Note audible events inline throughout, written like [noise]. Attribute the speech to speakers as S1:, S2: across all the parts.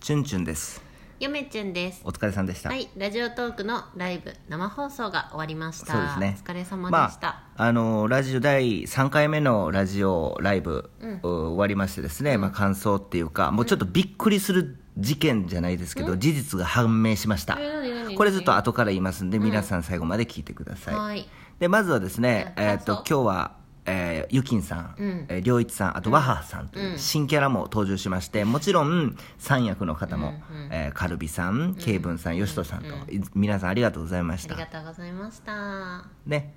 S1: チュンチュンです
S2: よめちゅんです
S1: お疲れさんでした、
S2: はいラジオトークのライブ生放送が終わりました
S1: そうですね
S2: お疲れ様でした、
S1: まあ、あのラジオ第3回目のラジオライブ、う終わりましてですね、まあ、感想っていうかもうちょっとびっくりする事件じゃないですけど、事実が判明しました、
S2: え何何何
S1: これちょっと後から言いますんで、皆さん最後まで聞いてください、
S2: はい
S1: でまずはですね、
S2: うん
S1: えーっと
S2: 感
S1: 今日は、えーゆきんさん、
S2: うん
S1: えーりょういちさんあとわははさんという新キャラも登場しまして、もちろん三役の方も、えーカルビさんけいぶんさんよしとさんと、い皆さんありがとうございまし
S2: ありが
S1: た
S2: とうございました
S1: ね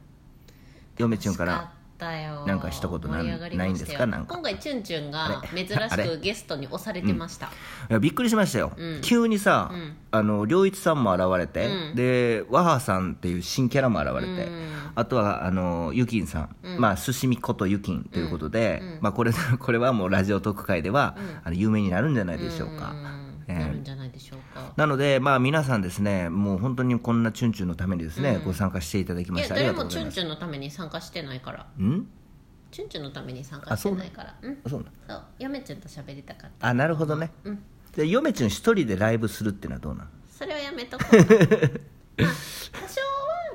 S1: 嫁ちゅんか
S2: よからったよ
S1: なんか一言なん
S2: 盛り上がりま
S1: ないん
S2: したよ
S1: ですかなんか
S2: 今回チュンチュンが
S1: あれ
S2: 珍
S1: あ
S2: し
S1: れ
S2: くゲストに押されてました
S1: いやびっくりしましたよ、急にさ、あの良一さんも現れて、で和葉さんっていう新キャラも現れて、あとはあのゆきんさん、まあすしみことゆきんということで、まあこれ [laughs] これはもうラジオ特会では、あの有名になるんじゃないでしょうか、
S2: うん
S1: えー
S2: なるんじゃないでしょうか
S1: なので、まあ、皆さんですねもう本当にこんなチュンチュンのためにですね、ご参加していただき
S2: い
S1: ま
S2: や
S1: してあり
S2: 誰
S1: がとうご
S2: もチ
S1: ざい
S2: ュン
S1: ます
S2: チュンのために参加してないから
S1: ん
S2: チュンチュンのために参加してないからうん
S1: あそうなん
S2: そうやめちゃんと喋りたかった
S1: あなるほどね、で嫁ちゅん一人でライブするっていうのはどうなの
S2: それはやめとこ
S1: [laughs]
S2: うまあ多少は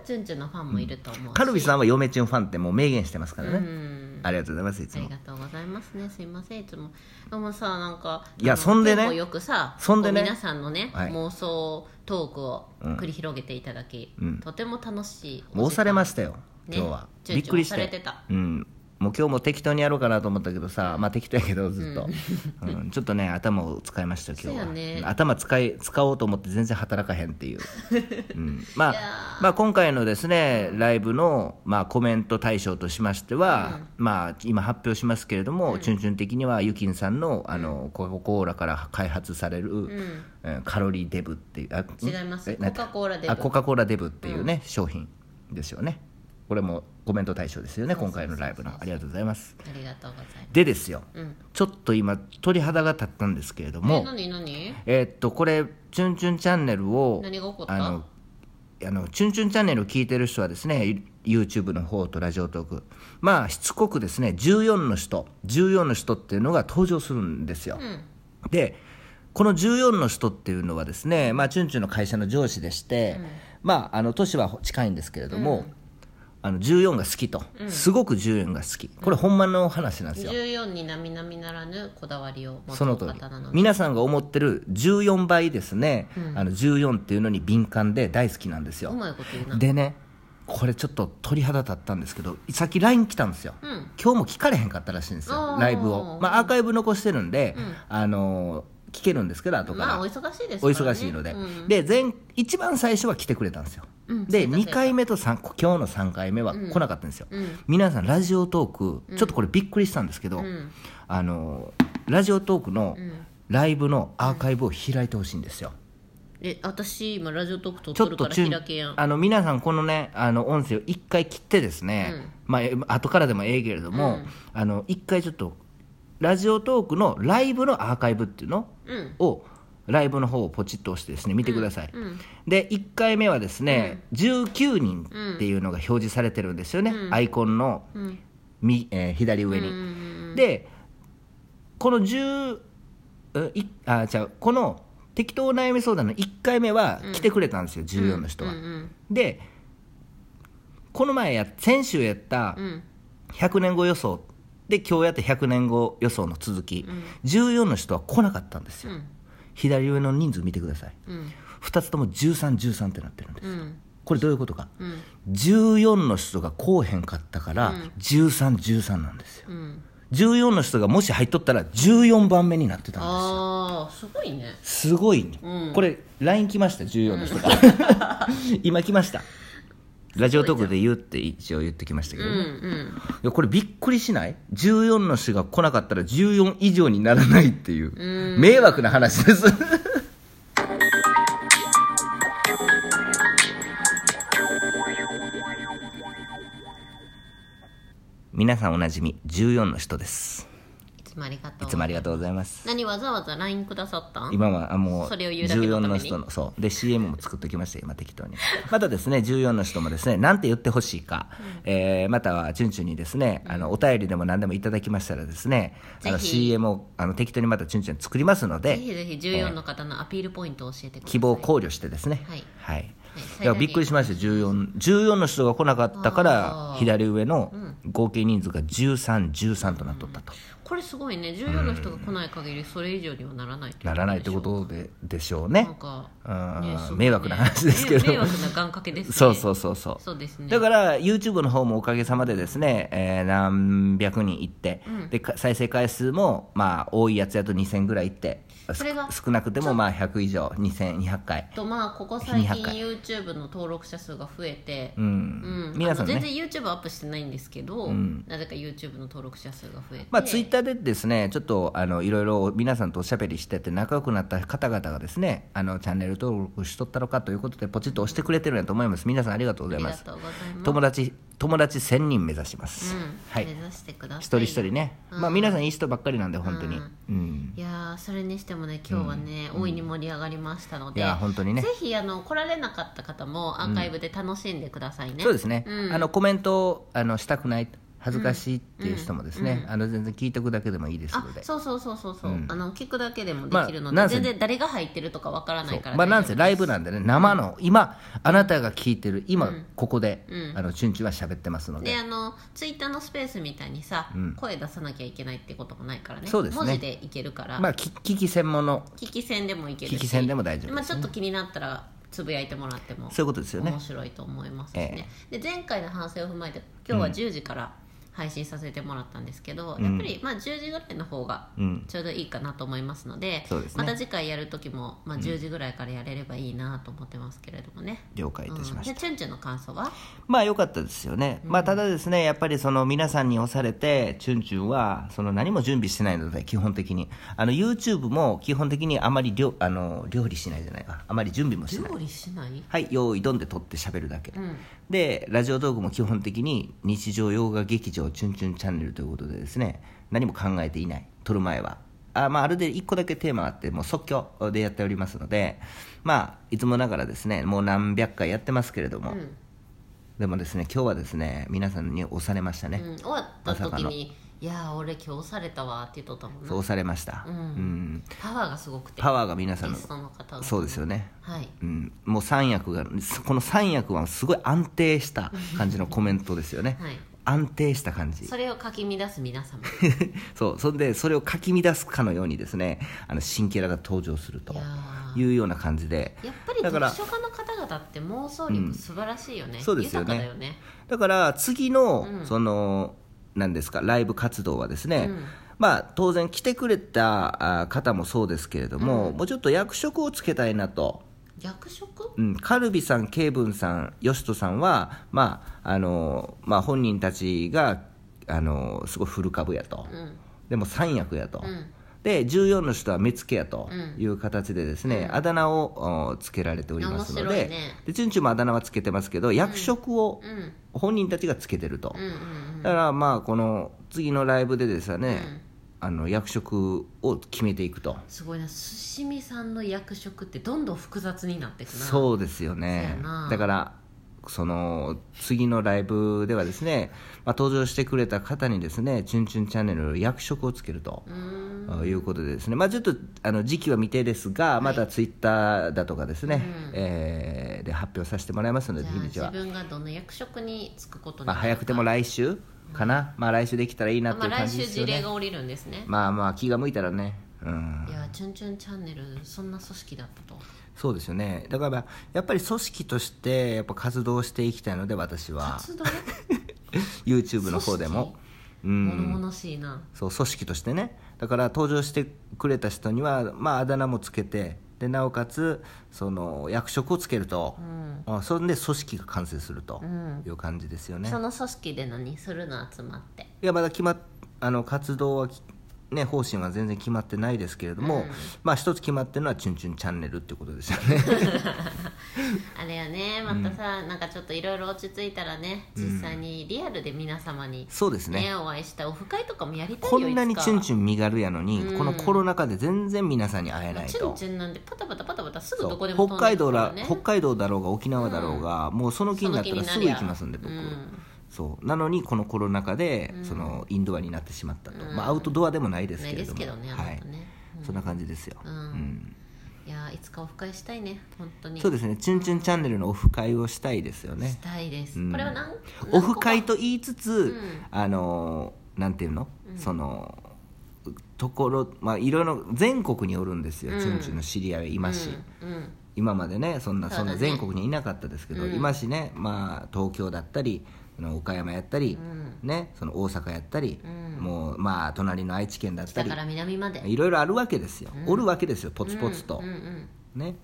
S2: チュンチュンのファンもいると思うし
S1: カルビさんは嫁ちゅんファンってもう明言してますからね、
S2: うん
S1: ありがとうございますいつ
S2: あり
S1: も
S2: がとうございますねすいませんいつもでもさなんか
S1: いや
S2: あの
S1: そんでね
S2: 結構よくさ
S1: そんでね
S2: こう皆さんのね、
S1: はい
S2: 妄想トークを繰り広げていただき、とても楽しい
S1: もう押され
S2: ま
S1: ましたよ
S2: ね
S1: 今日は、
S2: ちょいちょい
S1: びっくりして
S2: 押されてた
S1: うんもう今日も適当にやろうかなと思ったけどさまあ適当やけどずっと、うんちょっとね頭を使いましたよ今日は
S2: そうやね
S1: 頭使い使おうと思って全然働かへんって
S2: [laughs]
S1: いう、うん、ま
S2: いや
S1: あまあ今回のですねライブの、まあ、コメント対象としましては、まあ今発表しますけれども、チュンチュン的にはゆきんさんのあのコカ・コーラから開発される、えーカロリーデブっていうあ
S2: 違います
S1: えなんて
S2: コカコーラデブ
S1: あコカ・コーラデブっていうね、商品ですよねこれもコメント対象ですよね今回のライブのありがとうございます
S2: ありがとうございます
S1: でですよ、
S2: ん
S1: ちょっと今鳥肌が立ったんですけれど
S2: え
S1: も
S2: 何何
S1: えーっとこれ「チュンチュンチャンネルを」
S2: 何が起こった
S1: あのあの「チュンチュンチャンネル」を聞いてる人はですね YouTube の方とラジオトークまあしつこくですね14の人14の人っていうのが登場するんですよ、でこの14の人っていうのはですね、まあ、チュンチュンの会社の上司でして、まああの年は近いんですけれども、あの14が好きと、すごく14が好きこれほんまの話なんですよ、
S2: 14に並々ならぬこだわりを持つ
S1: そ
S2: お
S1: の通り
S2: 方なので
S1: 皆さんが思ってる14倍ですね、あの14っていうのに敏感で大好きなんです
S2: う
S1: よ、
S2: まいこと言うな
S1: でねこれちょっと鳥肌立ったんですけどさっき LINE 来たんですよ、
S2: うん
S1: 今日も聞かれへんかったらしいんですよ
S2: あー
S1: ライブを、まあ、アーカイブ残してるんで、あのー聞けるんですけど後から、
S2: まあお忙しいです
S1: お
S2: から、ね、
S1: 忙しいので、
S2: うん
S1: で前一番最初は来てくれたんですよ、
S2: うん
S1: で
S2: そうだ
S1: 2回目と3今日の3回目は来なかったんですよ、
S2: うん
S1: 皆さんラジオトーク、ちょっとこれびっくりしたんですけど、
S2: ん
S1: あのラジオトークのライブのアーカイブを開いてほしいんですよ、
S2: え私今ラジオトーク撮っ
S1: ちょ
S2: と
S1: っ
S2: る
S1: と
S2: から
S1: チュン
S2: 開けやん
S1: あの皆さんこのねあの音声を一回切ってですね、まあえ後からでもええけれども、あの一回ちょっとラジオトークのライブのアーカイブっていうの
S2: うん
S1: を、ライブの方をポチッと押してですね見てください、で1回目はですね、19人っていうのが表示されてるんですよね、アイコンの、みえー左上に、でこの10えいあ違うこの適当お悩み相談の1回目は来てくれたんですよ、14の人は、
S2: うん
S1: でこの前や先週やった
S2: うん
S1: 100年後予想で今日やった100年後予想の続き、14の人は来なかったんですよ、
S2: うん
S1: 左上の人数見てください
S2: うん
S1: 2つとも1313ってなってるんですよ、
S2: うん
S1: これどういうことか、
S2: うん
S1: 14の人が来おへんかったから1313なんですよ
S2: うん
S1: 14の人がもし入っとったら14番目になってたんですよ
S2: ああすごいね
S1: すごいね、
S2: うん
S1: これ LINE 来ました14の人が、
S2: [laughs]
S1: 今来ましたラジオトークで言うって一応言ってきましたけど
S2: う
S1: ね、
S2: ん
S1: い
S2: うん
S1: やこれびっくりしない14の人が来なかったら14以上にならないっていう、迷惑な話です [laughs] 皆さんおなじみ14の人です
S2: いつつもありがとう
S1: いつもありがとうございます
S2: 何わざわざ LINE くださったん
S1: 今はあもう
S2: それを言うだけの
S1: 14
S2: た
S1: の
S2: めに
S1: 人のそうで CM も作ってきました今適当に [laughs] またですね14の人もですねなんて言ってほしいか、えーまたはチュンチュンにですねあのお便りでも何でもいただきましたらですねあの
S2: ぜひ
S1: CM をあの適当にまたチュンチュン作りますの
S2: ぜ
S1: で
S2: ひぜひ14の方のアピールポイントを教えてください
S1: 希望を考慮してですね
S2: はい
S1: はい、
S2: 最大限
S1: いやびっくりしました14 14の人が来なかったか
S2: あ
S1: ら
S2: ー
S1: 左上の合計人数が1313となっとったと、
S2: これすごいね14の人が来ない限りそれ以上にはならない
S1: ならないってことででしょうね
S2: なんか
S1: うん
S2: ねすごいね
S1: 迷惑な話ですけど
S2: [laughs] ね迷惑な願掛けですね
S1: [laughs] そうそうそうそう
S2: そうですね
S1: だから YouTube の方もおかげさまでですね、えー何百人いって、でか再生回数もまあ多いやつやと2000ぐらいいってす
S2: それが
S1: 少なくてもまあ100以上2200回
S2: とまあここ最近
S1: 200回
S2: YouTube の登録者数が増えて
S1: う、ん、
S2: うん
S1: 皆さん
S2: あの
S1: ね
S2: 全然 YouTube アップしてないんですけど、なぜか YouTube の登録者数が増えて、
S1: まあ、ツイッターでですねちょっとあのいろいろ皆さんとおしゃべりしてて仲良くなった方々がですねあのチャンネル登録しとったのかということでポチッと押してくれてるんやと思います皆さんありがとうござ
S2: あ
S1: い
S2: り
S1: ま
S2: が
S1: す
S2: とうございます
S1: 友達友達1000人目指します、
S2: うん
S1: はい
S2: 目
S1: 一
S2: 指してください
S1: 人一人ね、まあ皆さんいい人ばっかりなんで本当にうん、
S2: いやーそれにしてもね今日はね、大いに盛り上がりましたので
S1: いや本当にね
S2: ぜひあの来られなかった方もアーカイブで楽しんでくださいね、
S1: そうですね、
S2: うん
S1: あのコメントをあのしたくない恥ずかしいっていう人もですね、あの全然聞いておくだけでもいいです
S2: あ
S1: ので
S2: そうそうそうそうそう、あの聞くだけでもできるので、
S1: まあなんせ
S2: 全然誰が入ってるとかわからないから
S1: まあ
S2: 大丈夫
S1: なんせライブなんでね生の今あなたが聞いてる今ここで、あのチュンチュンは喋ってますので
S2: であのツイッターのスペースみたいにさ、声出さなきゃいけないってこともないからね
S1: そうですね
S2: 文字でいけるから、
S1: まあ聞聞き専門の
S2: 聞き戦でもいけるし
S1: 聞き戦でも大丈夫ですね
S2: まあ、ちょっと気になったらつぶやいてもらっても
S1: そういうことですよね
S2: 面白いと思いますしね、で前回の反省を踏まえて今日は10時から配信させてもらったんですけど、やっぱりまあ10時ぐらいの方が
S1: うん
S2: ちょうどいいかなと思いますので,、
S1: そうですね
S2: また次回やる時もまあ10時ぐらいからやれればいいなと思ってますけれどもね、
S1: 了解いたしました、
S2: うんでチュンチュンの感想は
S1: まあ良かったですよね、まあただですねやっぱりその皆さんに押されてチュンチュンはその何も準備してないので基本的にあの YouTube も基本的にあまり料あの料理しないじゃないかあまり準備もしない
S2: 料理しない
S1: はい用意どんで撮って喋るだけ、
S2: ん
S1: でラジオトークも基本的に日常洋画劇場チュンチュンチャンネルということでですね何も考えていない撮る前はあまああるで1個だけテーマがあってもう即興でやっておりますのでまあいつもながらですねもう何百回やってますけれども、
S2: ん
S1: でもですね今日はですね皆さんに押されましたね、
S2: うん、終わった時に「いやー俺今日されたわ」って言っとったもん
S1: そう
S2: な
S1: 押されました、
S2: うん
S1: ん
S2: パワーがすごくて
S1: パワーが皆さん
S2: ゲ
S1: の
S2: ストの方が
S1: そうですよね
S2: はい
S1: うん、もう三役がこの三役はすごい安定した感じのコメントですよね、
S2: はい
S1: 安定した感じ
S2: それをかき乱す皆様
S1: そうそんでそれをかき乱すかのようにですねあの新キャラが登場すると
S2: いや
S1: いうような感じで
S2: やっぱり
S1: だ
S2: 読
S1: から
S2: 書家の方々って妄想力素晴らしいよね、
S1: そうですよね
S2: 豊かだよね
S1: だから次の、そのなんですかライブ活動はですね、まあ当然来てくれたあ方もそうですけれども、もうちょっと役職をつけたいなと
S2: 逆色
S1: うん、カルビさん、ケイブンさん、ヨシトさんは、まああのまあ、本人たちが、あのすごい古株やと、
S2: うん
S1: でも三役やと、
S2: ん
S1: で14の人は目付けやと
S2: うん
S1: いう形でですね、あだ名をおつけられておりますの
S2: 面白
S1: で
S2: いね
S1: でチュンチュンもあだ名はつけてますけど役職を
S2: うんうん
S1: 本人たちがつけてると、
S2: うんうん
S1: だからまあこの次のライブでですね、あの役職を決めていくと、
S2: すごいな寿司みさんの役職ってどんどん複雑になっていくなう
S1: そうですよね
S2: そうやな
S1: だからその次のライブではですね、まあ、登場してくれた方にですね「チュンチュンチャンネル」の役職をつけると。
S2: うーん
S1: いうことでですね、まあ、ちょっとあの時期は未定ですが、またツイッターだとかですね、えーで発表させてもらいますの
S2: じ
S1: で、
S2: ゃあ
S1: 日にち
S2: 自
S1: は、
S2: 分がどの役職に就くことに
S1: まあ、早くても来週かな、まあ、来週できたらいいなって
S2: ま
S1: い
S2: あ
S1: う感
S2: 来
S1: じで
S2: 週
S1: すよ
S2: 事例
S1: ね、
S2: が降りるんですね
S1: まあまあ、気が向いたらね、うん、
S2: いやーチュンチュンチャンネルそんな組織だったとは
S1: そうですよね、だからやっぱり組織として、やっぱ活動していきたいので、私は。
S2: 活動
S1: [laughs] YouTube の方でも、う
S2: 物
S1: ん、
S2: 々しいな
S1: そう組織としてねだから登場してくれた人には、まあ、あだ名もつけてでなおかつその役職をつけると、あそんで組織が完成するという感じですよね、
S2: その組織で何するの集まって
S1: いやまだ決まっあの活動はきね、方針は全然決まってないですけれども、
S2: うん
S1: まあ一つ決まってるのは「チュンチュンチャンネル」ってことですよね
S2: [laughs] あれやねまたさ、なんかちょっといろいろ落ち着いたらね実際にリアルで皆様に、
S1: そうです
S2: ね
S1: ね
S2: お会いしたオフ会とかもやりたいよ
S1: こんなにチュンチ
S2: ュン
S1: ュン身軽やのに、
S2: うん
S1: このコロナ禍で全然皆さんに会えない
S2: チュン
S1: と
S2: チュンなんてパタパタパタパタすぐ
S1: そ
S2: どこで
S1: う
S2: も
S1: 北海道
S2: ら
S1: ら北海道だろうが沖縄だろうが、もうその気になったらすぐ行きますんで僕、そうなのにこのコロナ禍で、そのインドアになってしまったと、
S2: うん
S1: まあ、アウトドアでもないです
S2: な
S1: け
S2: い
S1: れ
S2: で
S1: ど
S2: す
S1: も
S2: けどねあな
S1: は
S2: た
S1: い
S2: ね、
S1: そんな感じですよ、
S2: うん
S1: うん
S2: いやいつかオフ会したいね本当に
S1: そうですね「チュンチュンチャンネル」のオフ会をしたいですよ
S2: し
S1: ね
S2: たいです、
S1: うん
S2: これは何
S1: オフ会と言いつつ、
S2: ん
S1: あのーなんていうの、そのところまあいろいろ全国におるんですよ、
S2: うん
S1: チュンチュンの知り合いい
S2: ま
S1: ますし、
S2: うんうん
S1: 今までねそんな
S2: そうだ
S1: そん
S2: ね
S1: な全国にいなかったですけど、
S2: うん
S1: 今しね、まあ、東京だったりあの岡山やったり、
S2: う
S1: ね、その大阪やったり、
S2: うん
S1: もうまあ隣の愛知県だった
S2: 北
S1: り
S2: から南まで
S1: いろいろあるわけですよ、
S2: うん
S1: おるわけですよポツポツと、
S2: うんうんうん
S1: ね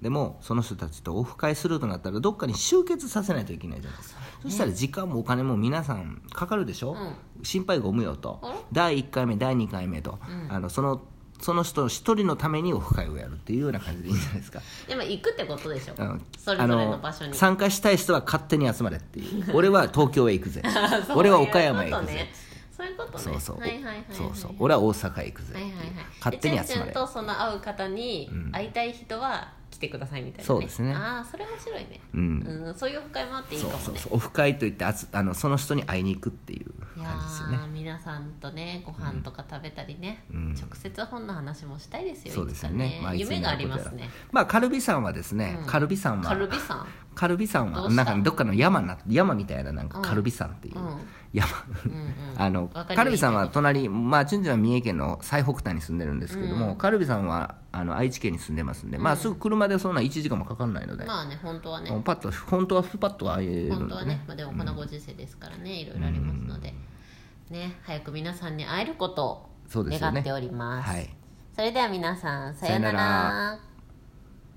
S1: でもその人たちとオフ会するとなったらどっかに集結させないといけないじゃないですかそしたら時間もお金も皆さんかかるでしょ、心配ご無用と
S2: あれ
S1: 第1回目第2回目と、あのそのその人一人のためにオフ会をやるっていうような感じでいいんじゃないですか
S2: でも行くってことでしょ、
S1: あの
S2: それぞれの場所
S1: あ
S2: に
S1: の参加したい人は勝手に集まれっていう俺は東京へ行く
S2: [laughs]
S1: ぜ俺は岡山へ行くぜ、
S2: そういうことね
S1: そうそう、
S2: はいはいはいはい
S1: そうそう俺は大阪へ行くぜ、
S2: はいはいはい
S1: 勝手に
S2: でち
S1: 集
S2: ゅ
S1: ま
S2: んちゅん
S1: れ
S2: とその会う方に会いたい人は来てくださいみたいな、ね
S1: そうですね
S2: ああそれ面白いね
S1: うん
S2: うんそういうオフ会もあっていいか
S1: そう
S2: もね
S1: そうそうオフ会といってあつあのその人に会いに行くっていう
S2: いや
S1: 感じですよね
S2: ー皆さんとねご飯とか食べたりね、
S1: うん
S2: 直接本の話もしたいですよ
S1: そうですよ
S2: いつか
S1: ね、まあ、いつ
S2: 夢
S1: に
S2: が
S1: な
S2: あ
S1: るこ
S2: りま
S1: とやら
S2: すね
S1: まあカルビ山はですね、カルビ山
S2: カル
S1: は
S2: ビさん
S1: カルビ山
S2: ど
S1: は
S2: うした
S1: なんかどっかの山な山みたいななんか
S2: うん
S1: カルビ山っていう、
S2: うん
S1: 山
S2: うんうん
S1: あの
S2: わかるよ
S1: カルビさんは隣、まあ、チュンチュンは三重県の最北端に住んでるんですけども、カルビさんはあの愛知県に住んでますんで、まあ、すぐ車でそんな1時間もかかんないので、
S2: まあね本当はね
S1: もうパッと本当はスパッと会えるんで、ね
S2: 本当はね、まあ、でもこのご時世ですからね、いろいろありますので、ね早く皆さんに会えることを
S1: そうですよね
S2: 願っております
S1: はい
S2: それでは皆さんさような
S1: さような
S2: ら